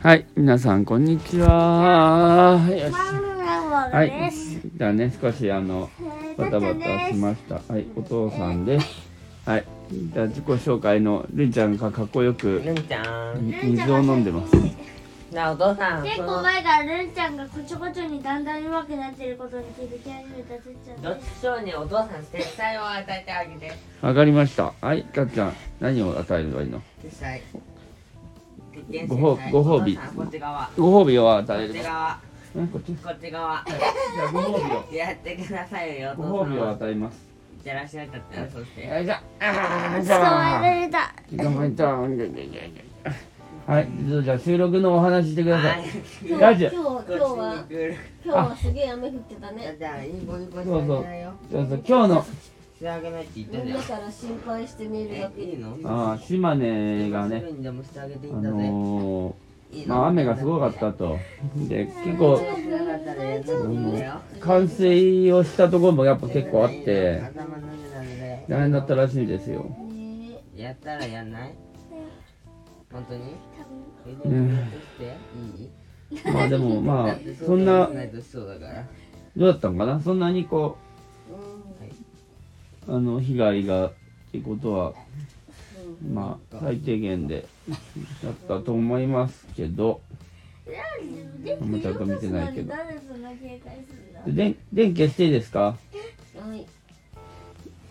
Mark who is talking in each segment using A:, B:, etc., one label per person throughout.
A: はい、皆さんこんにちは。よし
B: ママ
A: は
B: マ
A: い
B: です。、
A: じゃあね少しあのバタバタしました。はい、お父さんです。はい、じゃあ自己紹介のりんちゃんがかっこよく
C: ルンちゃん。
A: 水を飲んでます。
C: なあお父さん。
B: 結
C: こ
B: 構
C: の
B: 前からルンちゃんがこちょこちょにだんだん上手くなってることに気づき始めたてっちゃん
C: どっ
B: で
C: ち賞にお父さん絶対を与えてあげて。
A: わかりました。はい、かっちゃん何を与えればいいの？
C: 絶対。実験
A: ごほ
C: 絶対
A: ご褒美
C: お父さんこっち側。
A: ご褒美を与
C: こ
A: え
C: っ
A: れ
C: ち
A: ば。
C: 側。
A: んこっち。
C: こっち側。
A: じゃあご褒美を。
C: やってくださいよ。お
A: ご褒
C: 父さ
A: 美
C: ん
A: を
C: は。
A: 与えます。
C: じゃらしなかったらそして。
A: よいしょ。あー
B: 捕まえられた。
A: 捕まえた。はい、じゃあ収録のお話ししてくださ。
C: はいい。
A: ラジオ。
D: 今 日
C: こっち
D: 今日
C: に
D: は
C: 来る。
D: 今日はすげえ雨降ってたね
C: じゃあいいボイボイしてあげなよ。
A: そうそう今日の
C: してあげないって言った
D: みん
C: じゃ。
D: なんから心配してメールが
C: えいいの？
A: あー島根がね
C: すぐにでもしてあげていい
A: あ
C: んだぜ。
A: の
C: いい
A: ー
C: の
A: まあ、雨がすごかった。とで結構
C: しなかったらやんなくていいんだよ。
A: 冠水をしたところもやっぱ結構あって
C: 頭の上なんだよ
A: 大変だったらしいですよ
D: ね
C: やったらやんない本当に
A: う
C: うんんしていい
A: まあでもまあ
C: だって
A: そん
C: う
A: な
C: じゃいとしそうだから
A: どうだったのかなそんなにこうあの被害がってことはまあ最低限でだったと思いますけど
B: で
A: もちゃんと見てないけど
B: なんでそんな警戒するんだ
A: で電電消していいですか
D: はい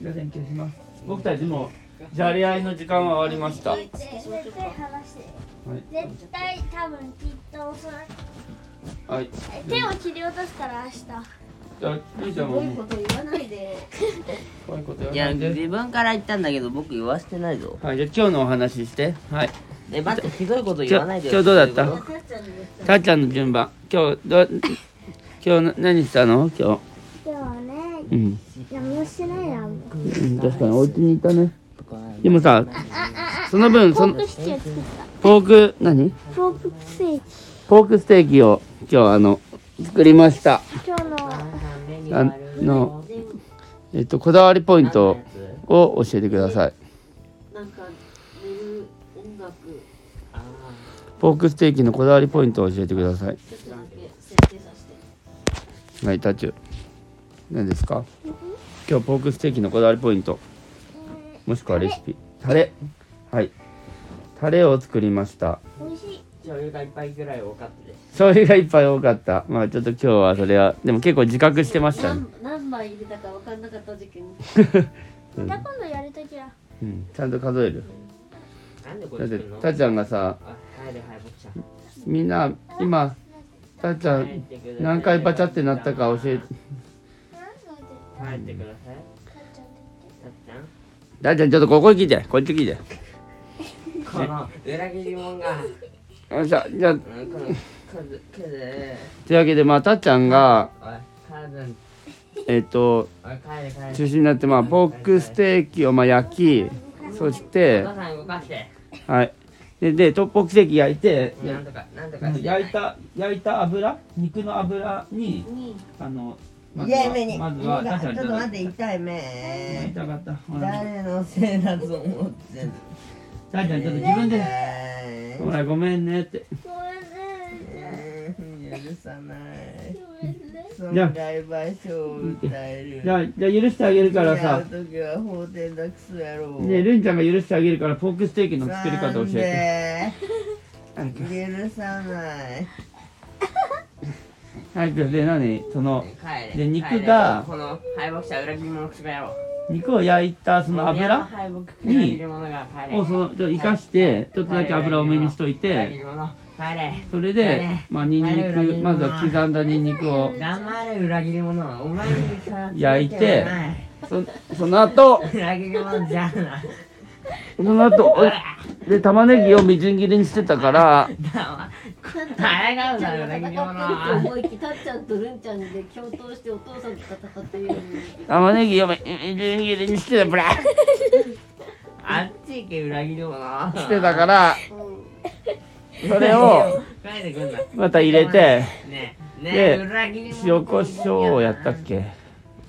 A: じゃあ電消します僕たちもじゃれ合いの時間は終わりましたはい
B: 絶対話して絶対多分きっとおそらく
A: はい
B: 手を切り落とすから明日
A: じゃあ兄ちゃ
D: す
A: んも
D: ごいこと言わないで
A: 怖いこと言
C: い
A: わな
C: や
A: いで
C: 自分から言ったんだけど僕言わせてないぞ
A: はい、じゃあ今日のお話しして。はい。
C: え待ってひどいこと
A: 今
C: 言わない
A: 日
C: で
A: 今
C: よ
A: 日どうだった
C: そういうこ
D: たっちゃんに言った
A: たっちゃんの順番。今日、どう、今日な何したの今
B: ではね
A: 日。うん。
B: 何もしてない
A: う
B: な
A: ん、確かにお家にいたね。
C: と
A: でもさ、その分、
B: フ
A: その
B: ォーク、シチュー作った
A: ポーク、何
B: フォークスイーチ
A: ポークステーキを今日あの、作りました。
B: 今日の
A: あの、えっと、こだわりポイントを教えてください。
D: なんか寝る音楽
C: あ
A: ポークステーキのこだわりポイントを教えてください。
D: ちょっとだけ設定させて
A: はい、タッチュ。何ですか今日ポークステーキのこだわりポイント。もしくはレシピ。タレ。はい。タレを作りました。
B: 美味しい
C: ー醤油がいっぱいぐらい多かったです
A: 醤油がいっぱい多かった。まあちょっと今日はそれは、でも結構自覚してましたね。
D: 何何枚入れたか分かんなかった時期に
A: うん
B: また今度やるときは
A: うん、ちゃんと数える。
C: なんでこ
A: だ
C: れ
A: っ
C: 作
A: て
C: るの、
A: たっちゃんがさ、
C: あ帰る早くちゃん
A: みんな、今、たっちゃん、何回バチャってなったか教えて。
C: 帰ってくださいたっちゃん
A: たっちゃん、ちょっとここ聞いて。こっち聞いて。
C: この裏切り者が
A: よいしょ。じゃあ、
C: うんこのクズクズ
A: というわけで、まあ、たっちゃんが、
C: おいカズン
A: えっ、と、
C: おい帰れ帰れ
A: 中心になって、まあ、ポークステーキをまあ焼き、そして
C: お父、さん動かして
A: はい。で、で、トッポークステーキ焼いて、
C: なんとかなんとかして
A: 焼いた焼いた油肉の油に
D: に
A: あのまず
E: 痛い目に、
A: はまずは
E: ちょっと待ってて痛い目
A: 痛かったうん
E: 誰のせいだと思ってる
A: タちゃんちょっと自分で
E: え
A: ほらごめんねって
B: ごめんね
E: ー許さない
B: ごめんね
E: 損害賠償を訴え
A: じゃ
E: る
A: あじゃあ許してあげるからさ
E: 付き合う時は法廷だくそやろう
A: ねルンちゃんが許してあげるからポークステーキの作り方教
E: え
A: えなんで
E: 許さない
A: てはいで何その
C: 帰れ
A: で肉が
C: 帰れこの敗北者裏切り者くそやろ
A: 肉を焼いたその
C: 親の
A: 油
C: 敗北者裏切り者が帰れ
A: をそのちょっと生かしてちょっとだけ油多めにしとい
C: 裏切
A: て
C: り者帰れ
A: それでまあニンニクまずは刻んだニンニクを
C: 黙れ裏切り者お前にさ
A: 焼いて
C: つけはない
A: そその後
C: 裏切り者じゃない
A: その後おで玉ねぎをみじん切りにしてたから
C: だわ抗う
D: ちゃ
C: なん
D: が
C: 裏切り
D: 戦ってると
C: 者
D: 思いきたっちゃんとるんちゃんで共闘してお父さんと戦っているように
A: 玉ねぎをみみじん切りにしてたブラー
C: あっち行け裏切り者
A: してたからそれを
C: 帰ってくんな
A: また入れて
C: ねえ
A: で
C: ねえ裏切り者
A: 塩コショウをやったっけ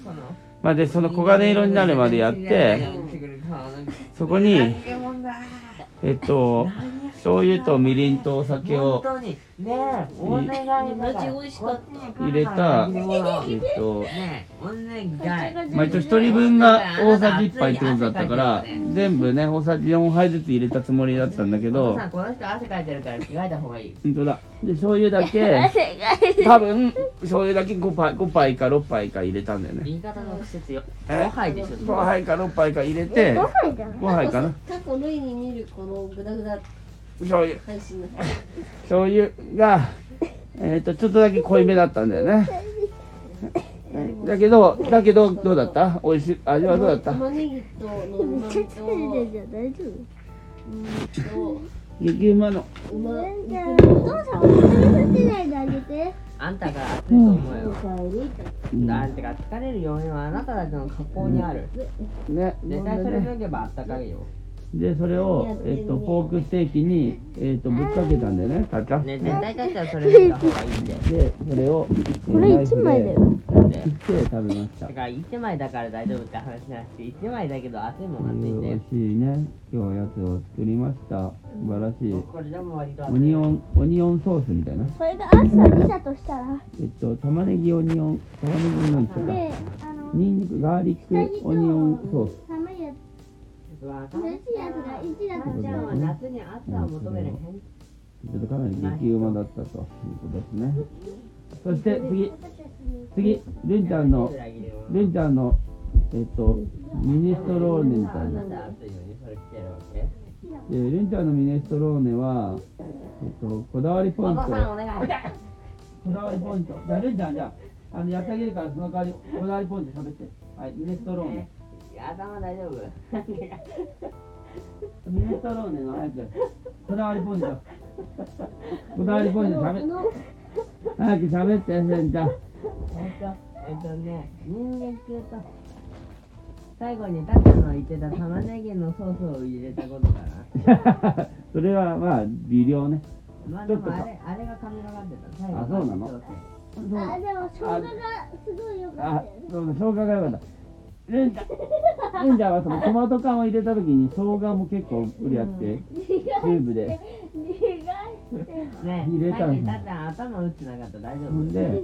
C: この
A: まあでその黄金色になるまでやってそこにえっと醤油とみりんとお酒
C: 本
A: を
C: 当にねえお願いだから
D: 同じ美味しかった
A: 入れた
C: こんな感じ
A: え
C: の
A: っと
C: ねえお願い
A: まあ一応一人分が大さじ1杯ってことだったから全部ね大さじ4杯ずつ入れたつもりだったんだけ
C: お父
A: ど
C: さんこの人汗かいてるから着替えた方がいい
A: 本当だで醤油だけ多分醤油だけ5杯 ,5 杯か6杯か入れたんだよね
C: 言い方の季節よ
A: え
C: 5杯でしょ
A: 5杯か6杯か入れて5杯かな
D: 過去類に見るこのグダグダ
A: 醤油
D: 配信の
A: 醤油がえっ、とちょっとだけ濃いめだったんだよねだけどだけどどうだった美味しい味はどうだった
D: 玉ねぎとのうまみとうんと
A: 激うまの
D: うま
C: あんたが暑いと思うよ
A: うん
C: あんたが疲れる要因はあなたたちの格好にある
A: ね
C: 絶対それ脱げばあったかいよ
A: でそれを、えっとポークステーキに、えっとぶっかけたんだよねたっちゃん
C: ね
A: で
C: 絶対だったらそれ脱げた方がいいんだよ
A: それをこれ1枚だよ
C: なんで
A: 切って食べました
C: だから1枚だから大丈夫って話じゃなくて1枚だけど暑いも
A: 美
C: ん暑いんだよ
A: 味しいね今日おやつを作りました素晴らしい
C: これでも割と暑い
A: オニオンオニオンソースみたいな
B: これが暑さ2だとしたら
A: えっと玉ねぎオニオン玉ねぎなんて言った
B: であの
A: ニンニクガーリックオニオンソース
B: 寒いや
C: わ
B: つ
C: か
B: 涼し
C: る
B: いやつが1だと
C: じゃあは夏に暑さを求める変
A: ちょっとかなり激うまだったということですねそして次次ルンちゃんの
C: 裏切りは
A: ルンちゃんのえっとミネストローネみたいな
C: なんで暑いのにそれ着てるわけ
A: でルンちゃんのミネストローネは、えっと、こだわりポイントこ
C: お願い
A: だわりポイントじゃあルンちゃんじゃああのやってあげるからその代わりこだわりポイント喋ってはいミネストローネ
C: 頭大丈夫
A: ミネストローネの早くこだわりポイントこだわりポイント喋って早く喋ってルンちゃん
C: えっとえっとね人間っていうと最後にタカの言ってた玉ねぎのソースを入れたことかな
A: それはまあ微量ね
C: まあでもあれあれが神がかってた最後
A: あそうなの
B: あでも生姜がすごい良か
A: あ
B: ったよね
A: そうだ生姜が良かったレンジャーレンジャーはそのトマト缶を入れた時に生姜も結構売りあってチューブで
C: ね
A: 入れた
C: さ
A: ん
C: っ
A: です
C: きタカ頭打ってなかった大丈
A: ほん
C: 夫
A: で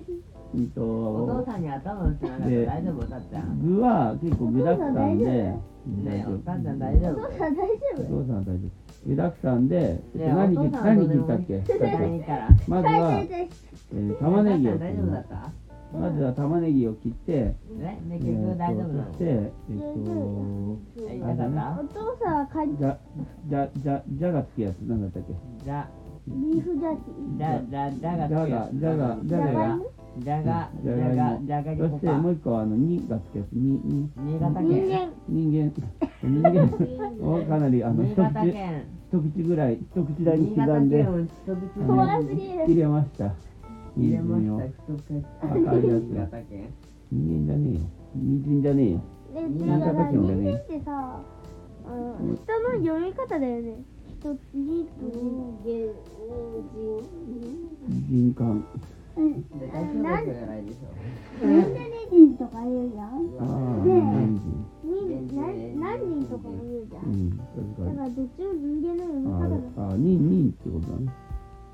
A: うん
C: お父
A: と
C: さんに頭打ってなかった
A: で
C: 大丈夫タッちゃん
A: 具は結構具だくさんで
C: ねえお母さん大
A: 丈
C: 丈夫
B: お父さん大丈
A: 夫お父さんは大丈夫具だくさんで、えっと
C: ねえ
A: 何
C: お
A: 切っ
C: 父さん
A: 何切ったっけ
C: 大丈夫から
A: まず
B: 夫大
A: は
B: 丈、夫です
A: えー玉ねぎを
C: お母
A: 切
C: さん
A: り
C: 大丈夫だ
A: ま
C: っ
A: す
C: た
A: まずは玉ねぎを切って、
C: ね
A: え
C: で結
A: ー
C: 局
A: と
C: 大丈夫なの
A: そしてえっ、と
C: 痛かった
B: お父さんはか
A: じゃじゃじゃじゃがつくやつ何だったっけ
C: じゃ
B: ビーフジャーキー
C: じゃじゃじゃが
A: じゃがじゃがじゃがが
C: じゃが
A: じ
C: じ
A: ゃ
C: ゃ
A: がいも
C: がじゃ
A: そ
C: がにこ
A: して
C: か
A: もう一個はあの2がつくやつにに
C: 新潟
B: 人
C: 県
B: 間
A: 人間人間をかなりあの
C: 新
A: 一
C: 潟
A: 口
C: 県
A: 一口ぐらい一口大に
C: 新
A: 刻
C: 潟
A: んで
C: 県を一口
A: あ
C: に
A: の
B: 怖すぎる
A: 入れました
C: 入
A: 人
C: れま
A: 参を
C: した一口
A: 赤いや
C: 新
A: つ
C: 潟県
A: 人間じゃねえよ人参じゃねえよ
B: で
C: 新
B: なん
C: 潟
B: かさ
A: 県
B: 人
A: だね
B: 間ってさあの人の読み方だよね人人
D: 人間人参
A: 人間
C: で大丈夫じゃないでしょ
B: みんなね人とか言うじゃん
A: ああ
B: ねえ
A: 人参
B: 人何何人とかも言うじゃ
A: うんん
B: だ
A: 確
B: か
A: から
B: どっちも人間の読み
A: に
B: 方だ
A: ああ人人ってことだね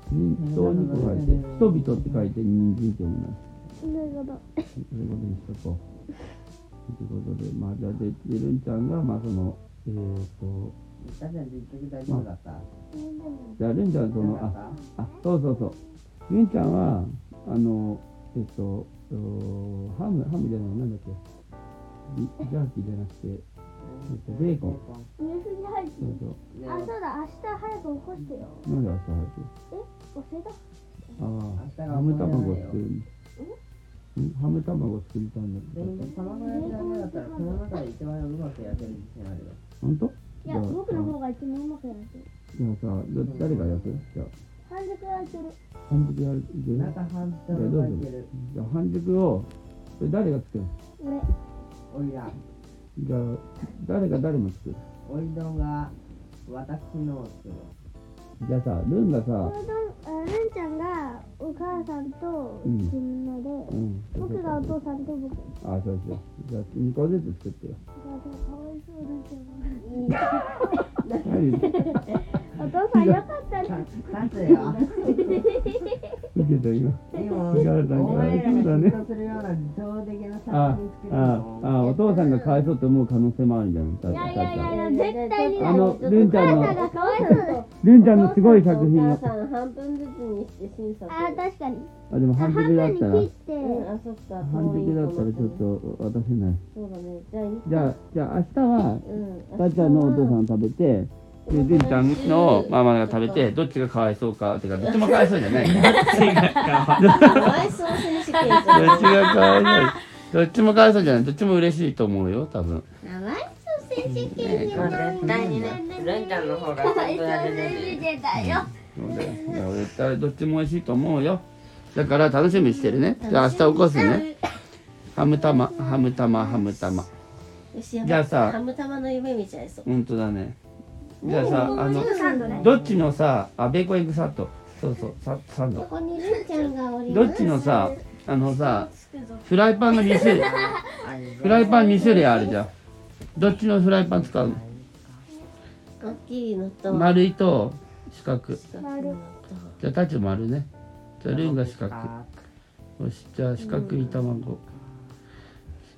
A: 人人にこう書いて人々って書いて人参って読むんだ
B: なるほど
A: ということにしとこう。ということで、まあ、じゃあ、で、でるんちゃんが、まあ、その、えっ、ー、と、
C: タッちゃん結局大丈夫だった
A: じゃあ、るんちゃん、その、あ、あ、そうそうそう。るんちゃんは、あの、えっ、と、えっとハム、ハムじゃない、なんだっけ。ビジャーキーじゃなくて、えっと、ベーコン。
B: ニュースに入って
A: そう
B: る
A: そ
C: ね
B: あそうだ明日早く起こしてよ
A: う。なんで朝早く。
B: 忘れた
A: ああ、ハム卵作る。んハム卵作りたいんだけ
C: で
A: ど。
C: も卵焼きダメだったらこの中で一番うまく焼ける自信あるよ
A: 本当。
B: い
A: じ
B: や
A: ゃあ
B: 僕の方が一番うまくなってる
A: じゃあさ、ど誰が焼く。じゃ
B: 半熟焼いてる
A: あ、半熟やる。いける
C: 中半分焼ける
A: じゃあ半熟をそれ誰が作るの
B: 俺
C: おいら
A: じゃあ誰が誰の作る
C: おいどんが私のを作る
A: じゃあさルンが
B: ちょ
A: さ
B: うどあるんちゃんがお母さんと
A: うん
B: 自分ので、
A: うん
B: 僕がお父さんと僕が
A: あそうそうじゃあ2個ずつ 作ってよ
B: かわいそうだけど
A: 何
B: お父さんよかったね。
C: 立つよ。
A: 見てた今
C: 今、お
A: 違
C: 前
A: う
C: ら
A: だ
C: が
A: ね
C: 嫉妬するような理想的な
A: あ
C: 作品作る
A: あ
C: の。
A: あお父さんがかわいそうって思う可能性もあるんじゃない
B: いやいやいや
A: い
B: いや、絶対にない。
A: あのルンちゃん
B: お母さん
A: の
B: がかわいそうだ。
A: ルンちゃんのすごい作品
D: お
A: を
D: 母さん半分ずつにして審査
B: あー、確かに。
A: あでも半
B: 半分
A: 熟だっ
B: に
A: たら
B: 切って。
D: うん、あ、そっか。
A: 半熟だったらちょっ
D: と。
A: と渡せない
D: そうだね。じゃあ、い
A: じゃあじゃあ明日は
D: うん。
A: ばあちゃんのお父さんを食べてでルンちゃんのママが食べて
D: か
A: どっちがかわいそうかってかどっちもかわいそうじゃないどっ
D: わいそう選手権じゃない。
A: ちがかわいそうどっちもかわいそうじゃないどっちも嬉しいと思うよ多分
B: 長いそう選手権に
C: まあ絶対にね、レンちゃんの方がちゃんとやれてる。
B: 選手権だよ。
A: そうだよだから絶対どっちも美味しいと思うよだから楽しみにしてるねじゃあ明日起こすねハム玉ハム玉ハム玉
D: よしやばい
A: じゃあさ
D: ハム玉の夢見ちゃいそう。
A: 本当だねじゃあさあの
B: サンドね。
A: どっちのさあベーコンエッグサンドそうそうササンド
D: ここにルンちゃんがおり
A: ど
D: ます。
A: っちのさあのさフライパンの2種類フライパン2種類あるじゃんどっちのフライパン使う
D: 大きいのと。
A: の丸いと四角
D: 四角いのと
A: じゃあタチ丸ねじゃあルンが四角よしじゃあ四角い卵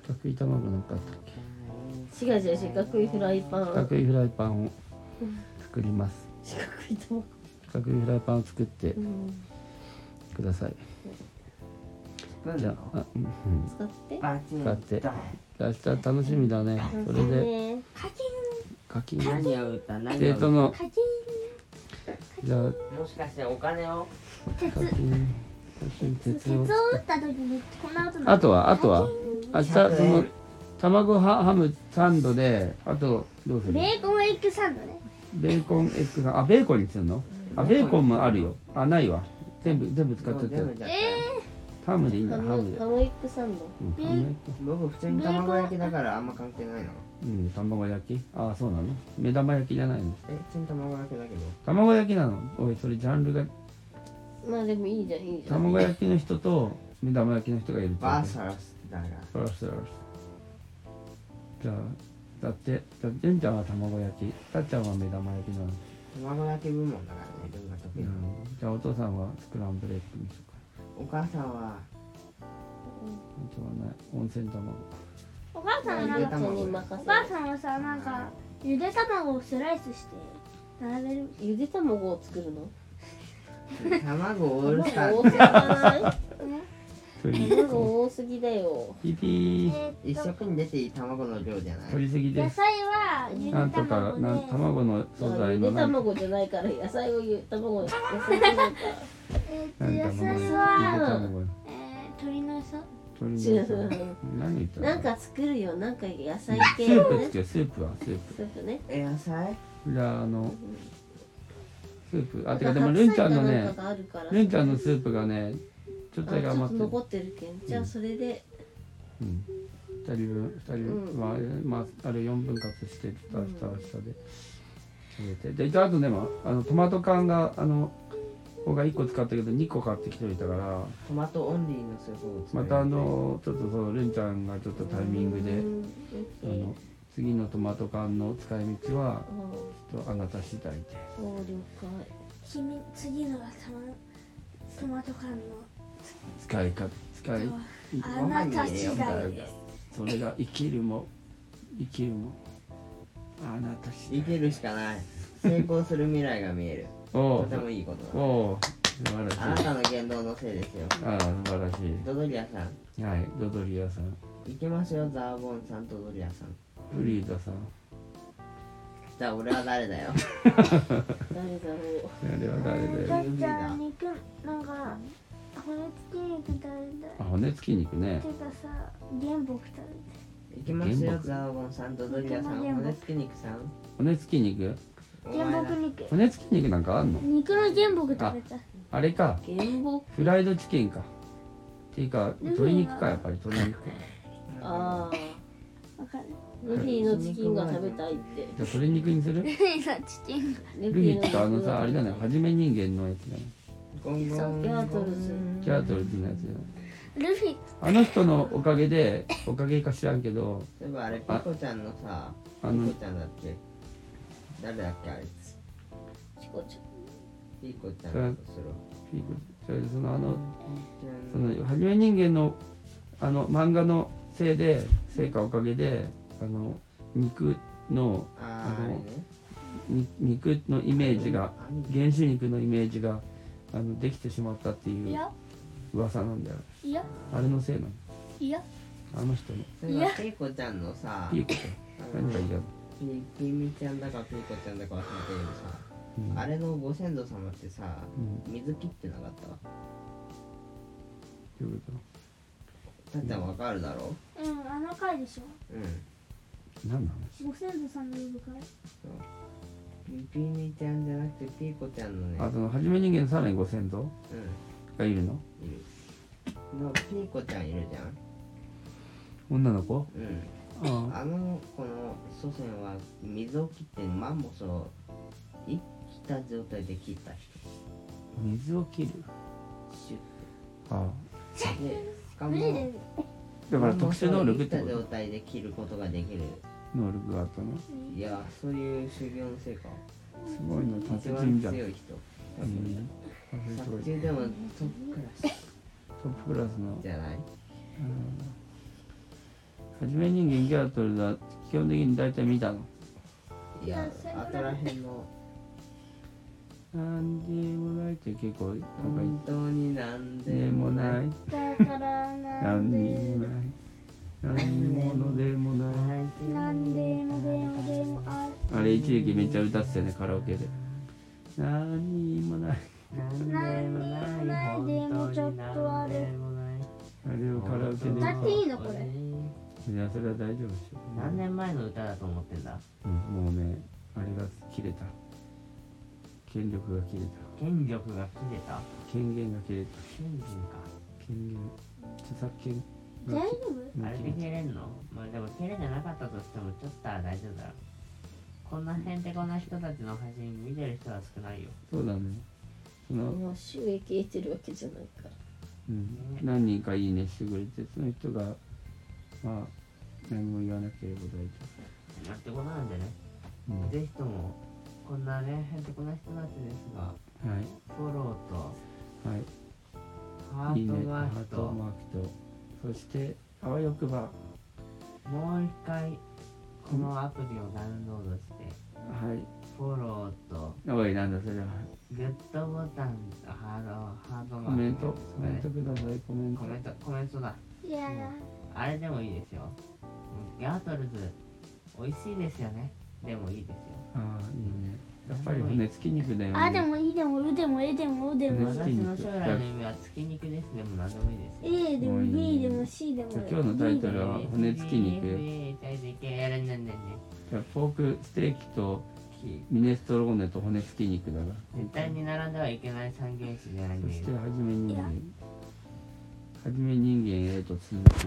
A: 四角い卵なんかあったっけ
D: 違う違う、四角いフライパ
A: 四
D: ン。
A: 角いフライパンを作ります
D: 四角いと思
A: 四角いフライパンを作って
D: う。うん。
A: くださいじゃああうん
D: 使って。
C: バチン
A: 使って明日楽しみだねそれで
D: ね。
B: カチ
A: 課金
C: 何を歌何
A: 生徒
C: を
A: の
B: ン、カチ
A: じゃあ
C: もしかしてお金を
B: ン、鉄
A: 課。金課金
B: 鉄
A: 鉄
B: を
A: を
B: 打った時にこんな音
A: あ
B: が
A: とはあとは明日そ
E: 100円
A: の卵ハハムサンドであとどうする
B: ベーコンエッグサンドね
A: ベーコンエッグがあベーコンにするのあベーコンもあるよあないわ全部全部使っちゃったよ
C: 全部じゃ
A: ハムでいいんだ
D: ハ
A: ハ
D: ム
A: ムで
D: ハムエッグサンド。
A: うんハムエッグ
E: 僕普通に卵焼きだからあんま関係ないの
A: うん卵焼きあそうなの目玉焼きじゃないの
E: え普通に卵焼きだけど
A: 卵焼きなのおいそれジャンルが
D: まあでもいいじゃんいいじゃん。
A: 卵焼きの人と目玉焼きの人がいるってこと
E: バーサラスだから
A: そらそらじゃあだってだってんちゃんは卵焼きたっちゃんは目玉焼きなの、
E: 卵焼き部門だからねどんな時
A: う
E: の
A: ん、じゃあお父さんはスクランブルエッグにしようか
E: お母さんは
A: 本当はね温泉卵
B: お母さんは
D: まあ
B: なん
D: ル
B: か
D: ンちゃんに
B: お
D: 任せる
B: 母さんはさなんかゆで卵をスライスして並べる
D: ゆで卵を作るの
E: 卵オールスタ
D: 卵
E: ー
D: 多すぎじゃ
A: 取
D: ない
A: り
D: 卵多すぎだよ
A: ピーピー
B: え
E: 一
B: ーっ
E: 食に出ていい卵の量じゃない
A: 取りすぎ
B: と野
A: です
B: 菜はゆで
A: なんとか
B: 卵
A: なん
B: で
A: 卵の
D: だ
A: 素
D: から
A: 材
D: ゆで
A: のなん
D: 卵じゃないから野菜をゆ卵野菜
B: えーっと
A: なん
B: 野
A: か
B: 菜
A: 卵
B: は
A: 卵
B: えー鶏の餌
A: 取り
D: 違
A: 除
D: う
A: 何言ったの
D: なんか作るよなんか野菜
A: ス
D: 系
A: ー
D: の
A: プ
D: ね
A: 作るスープはスープ
D: そうね
E: え野菜
A: じゃああのスープあ
D: あ
A: てかでもルンちゃんのね
D: があるから
A: ルンちゃんのスープがねちょっとだけ
D: あちょっ
A: 余
D: と
A: ってる
D: 残ってるけんじゃあそれで
A: うん二人分二人分、まあ、まあ、あれ四分割してたしたしたで食べてで一応あとでもあのトマト缶があの僕が一個使ったけど二個買ってきておいたから
E: トマトオンリーのスープを作
A: ま
E: る
A: たあのちょっとそのルンちゃんがちょっとタイミングで、
D: うん
A: あの次のトマト缶の使い道は
D: う
A: ち
D: ん
A: ょっとあなた次第で
D: そう了解
B: 君次のはたまトマト缶の
A: 使い方使い
B: あなた次
E: ご
B: 第です
A: それが生きるも生きるもあなた次
E: 生
A: 第
E: きるしかない成功する未来が見える
A: お
E: と
A: う
E: てもいいこと
A: お
E: だ
A: う素晴らしい
E: あなたの言動のせいですよ
A: ああ素晴らしい
E: ドドリアさん
A: はい、ドドリアさん、
E: 行きますよザーボンさんとドドリアさん
A: フリーダさん、
E: じゃあ俺は誰だよ
D: 誰だ
A: あ
D: ろう
A: れは誰だ
B: だ
A: よ。
B: ったら肉なんか骨付き肉食べたい
A: あ、骨付き肉ね
B: て。かさ原木食べたい
E: 行きます
A: 原
E: よ
A: 木
E: ザーボンさんとドドリアさん
B: 原木
E: 骨付き肉さん
A: 骨付き肉
E: お前
B: 原
E: だ
B: 木肉
A: 骨付き肉なんかあんの
B: 肉の原木食べたい
A: あれか、
D: 原木
A: フライドチキンか。っていうか、鶏肉か、やっぱり鶏肉。じゃ
D: ああ
B: わかる
D: ルフィのチキンが食べたいって
A: あ、鶏肉にする
B: ルフィのチキン
D: ル
A: ルフィってあの
D: 肉
A: さ、あれだね、はじめ人間のやつだね。
E: ゴンゴン
D: そうギャートルズ
A: キャートルズのやつだね。
B: ルフィ
A: あの人のおかげで、おかげか知らんけど、
E: そういえばあれピコちゃんのさ
A: あ
E: ピ
A: の
E: コちゃんだっけ誰だっけあいつ
D: チコちゃん
E: ピーコちゃんとする
A: ピークそれでそのあのそ
E: その
A: のはじめ人間のあの漫画のせいで成果おかげであの肉の
E: あーあれね
A: に肉のイメージが
E: あの
A: 原始肉のイメージがあのできてしまったってい
B: いうや
A: 噂なんだよ
B: いや
A: あれのせいなの
B: いや
A: あの人の
E: それはピーコちゃんのさ
A: ピーク
E: あの
A: 何か言いたい
E: ピピミちゃんだかピーコちゃんだか忘れたけどさ
A: うん
E: あれのご先祖様ってさ
A: うん
E: 水切ってなかった
A: どういうこ
E: たっちゃんわかるだろ
B: うんあの回でしょ
E: うん
A: と何の
B: ご先祖さんの呼ぶ回
E: ピミちゃんじゃなくてピーコちゃんのね
A: 話あそのはじめ人間のさらにご先祖
E: う
A: がいるの
E: んいるのピーコちゃんいるじゃん
A: 女の子
E: うん
A: ああ
E: あの子の祖先は水を切ってマンモスを生きた状態で切った
A: 水を切る
E: 人
A: あ
E: シュッでしか
B: 無理で
E: も
A: だから特殊能力って
E: マン
A: こ
E: モスを生きた状
A: と
E: 態で切ることができる
A: 能力があったの
E: いやそういう修行の成果
A: すごいの達
E: 一
A: 人
E: 番
A: じゃん
E: 強い人
A: うんすご
E: 作
A: い
E: 中でもトップクラス
A: トップクラスの
E: じゃない
A: はじめ人間ギャラトルは基本的に大体見たの
E: いやあとらへんの
A: アンディもないって結構なんか
E: 本当になん
A: いつで
E: で
A: も
E: も
A: な
E: ないい
B: だからな
A: 何
B: ん
A: に
B: で
A: もない何にものでもない
B: なんでもでもでもあ
A: あれ一時期めっちゃ歌ってたよねカラオケで何にもない
B: なんでもないでもちょっとあ
A: あ
B: る
A: れをカラオケで
B: 歌っていいのこれ
A: いやそれは大丈夫でしょ
C: 何年前の歌だと思ってんだ
A: うんもうねあれが切れた権力が切れた
C: 権力が切れた
A: 権限が切れた
C: 権力か
A: 権限著作権
B: 大
A: が
B: 丈
A: 切
B: 夫
C: あれで
A: れた
C: 蹴れんのまあでも蹴れてなかったとしてもちょっとは大丈夫だろこんなへんてこな人たちの配信見てる人は少ないよ
A: そうだねその
D: まあ収益得てるわけじゃないから
A: うん、何人かいいねしてくれてその人がまあ何も言わなければ大丈
C: なんてことなんでね
A: 夫、
C: ぜひともこんなねへんてこな人たちですが
A: うん、はい
C: フォローと
A: はい
C: ハ
A: いい
C: ー
A: ね
C: ト
A: ハ
C: マー
A: ー
C: クと
A: トマークとそしてあわよくばは
C: もう一回このアプリをダウンロードしてフォロー
A: い
C: と
A: おいなんだそれは
C: グッドボタンとハードハート
A: コ
C: マーク
A: メント
C: そ
A: コ
C: れ
A: メントくださいコメント
C: コメントコメントだ
B: いやー
C: あれでもいいですよ。ギャートルズ、美味しいですよね。でもいいですよ。
A: ああいいねやっぱり骨付き肉だよね
B: あでもいいでもうでもえでもうでも
C: 私の将来の夢は月肉です。でも何でもいいですよ。
B: A でも B でも C でも
A: じゃあ今日のタイトルは骨付き肉じゃあポークステーキとミネストローネと骨付き肉だな
C: 絶対に並んではいけない三原子じゃないん
A: そ
C: だ
A: して
C: よ。
A: はじめ人間
B: いや
A: はじめ人間へと続く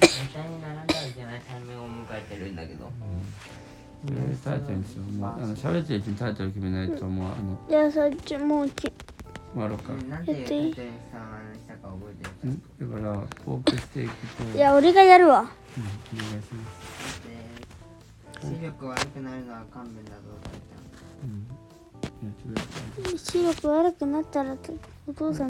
C: 絶対に並んではいけない三面を迎えてるんだけど。
A: えータイトルにしよう。もうあの喋ってるうちにタイトル決めないともうあの
B: いやそっちもうき
A: 終わろうか。
E: なんていうタイトルにしたのにしたか覚えてるか
A: んだからポークステーキとうん
B: いや俺がやるわ
A: お願いします。
E: で視力悪くなるのは勘弁だぞって言ったの
A: うん。やってください。
B: 視力悪くなったらお父さん